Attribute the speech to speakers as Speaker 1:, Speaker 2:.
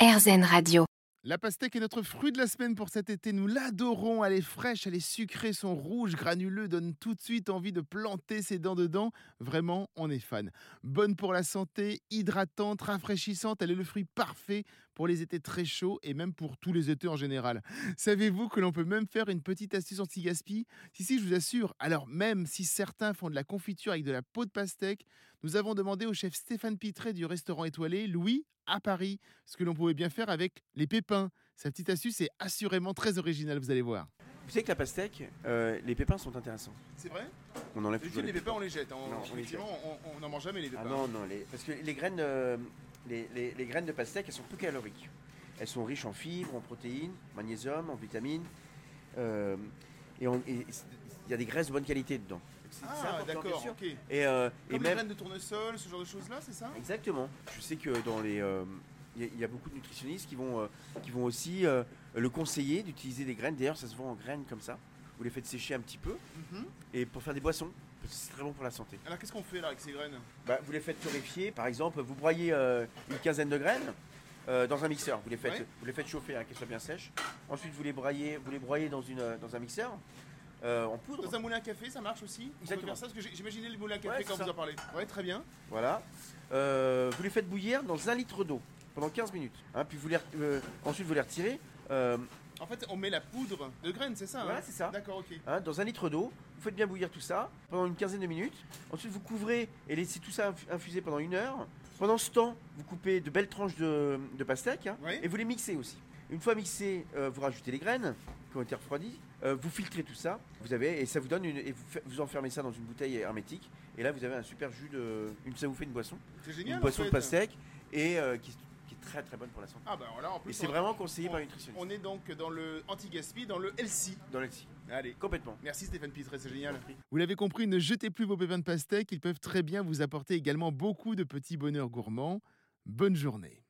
Speaker 1: RZN Radio.
Speaker 2: La pastèque est notre fruit de la semaine pour cet été. Nous l'adorons. Elle est fraîche, elle est sucrée, son rouge granuleux donne tout de suite envie de planter ses dents dedans. Vraiment, on est fan. Bonne pour la santé, hydratante, rafraîchissante. Elle est le fruit parfait pour les étés très chauds et même pour tous les étés en général. Savez-vous que l'on peut même faire une petite astuce anti-gaspi Si, si, je vous assure. Alors, même si certains font de la confiture avec de la peau de pastèque, nous avons demandé au chef Stéphane Pitré du restaurant étoilé, Louis, à Paris, ce que l'on pouvait bien faire avec les pépins. Sa petite astuce est assurément très originale, vous allez voir.
Speaker 3: Vous savez que la pastèque, euh, les pépins sont intéressants.
Speaker 2: C'est vrai
Speaker 3: On enlève toujours les
Speaker 2: pépins, on les jette. hein.
Speaker 3: Non, on les effectivement,
Speaker 2: on n'en mange jamais les
Speaker 3: Ah non, non, les- parce que les graines, euh, les, les- les graines de pastèque, elles sont peu caloriques. Elles sont riches en fibres, en protéines, magnésium, en vitamines. euh, et on- et c'est- il y a des graisses de bonne qualité dedans. C'est-
Speaker 2: Ah,
Speaker 3: c'est important, bien sûr.
Speaker 2: ok.
Speaker 3: Et, euh, et même.
Speaker 2: de tournesol, ce genre de choses-là, c'est ça
Speaker 3: Exactement. Je sais que dans les. euh, Il y, a- il y a beaucoup de nutritionnistes qui vont, euh, qui vont aussi euh, le conseiller d'utiliser des graines. D'ailleurs, ça se vend en graines comme ça. Vous les faites sécher un petit peu. Et pour faire des boissons, parce que c'est très bon pour la santé.
Speaker 2: Mhm. Alors qu'est-ce qu'on fait là avec ces graines
Speaker 3: Bah, vous les faites torréfier. Par exemple, vous broyez euh, une quinzaine de graines euh, dans un mixeur. Vous les faites,
Speaker 2: Ouais.
Speaker 3: vous les faites chauffer, hein, qu'elles soient bien sèches. Ensuite, vous les broyez, vous les broyez dans, une, euh, dans un mixeur euh, en poudre.
Speaker 2: Dans un moulin à café, ça marche aussi On peut
Speaker 3: Exactement.
Speaker 2: faire ça parce que j'ai- j'imaginais le moulin à café
Speaker 3: Ouais, c'est
Speaker 2: quand
Speaker 3: ça.
Speaker 2: vous en parlez. Ouais, très bien.
Speaker 3: Voilà. Euh, vous les faites bouillir dans un litre d'eau pendant 15 minutes. hein. puis vous les, re- euh, ensuite, vous les retirez. euh,
Speaker 2: En fait, on met la poudre de graines, c'est ça
Speaker 3: Voilà,
Speaker 2: hein
Speaker 3: c'est ça.
Speaker 2: D'accord, ok.
Speaker 3: hein, dans un litre d'eau. Vous faites bien bouillir tout ça pendant une quinzaine de minutes. Ensuite, vous couvrez et laissez tout ça inf- infuser pendant une heure. Pendant ce temps, vous coupez de belles tranches de, de pastèque hein,
Speaker 2: Oui.
Speaker 3: et vous les mixez aussi. Une fois mixées, euh, vous rajoutez les graines qui ont été refroidies. euh, vous filtrez tout ça. Vous avez et ça vous donne une et vous, fa- vous enfermez ça dans une bouteille hermétique. Et là, vous avez un super jus de une ça vous fait une boisson,
Speaker 2: C'est génial.
Speaker 3: une
Speaker 2: en
Speaker 3: boisson
Speaker 2: fait.
Speaker 3: de pastèque et euh, qui, est- qui est très très bonne pour la santé.
Speaker 2: Ah bah voilà, en
Speaker 3: Et
Speaker 2: plus.
Speaker 3: c'est
Speaker 2: on-
Speaker 3: vraiment conseillé par une nutritionniste
Speaker 2: On est donc dans le anti-gaspi, dans le healthy.
Speaker 3: dans le psy.
Speaker 2: Allez.
Speaker 3: Complètement.
Speaker 2: Merci Stéphane Pitré, c'est génial.
Speaker 3: Compris.
Speaker 2: Vous l'avez compris, ne jetez plus vos pépins de pastèque, ils peuvent très bien vous apporter également beaucoup de petits bonheurs gourmands. Bonne journée.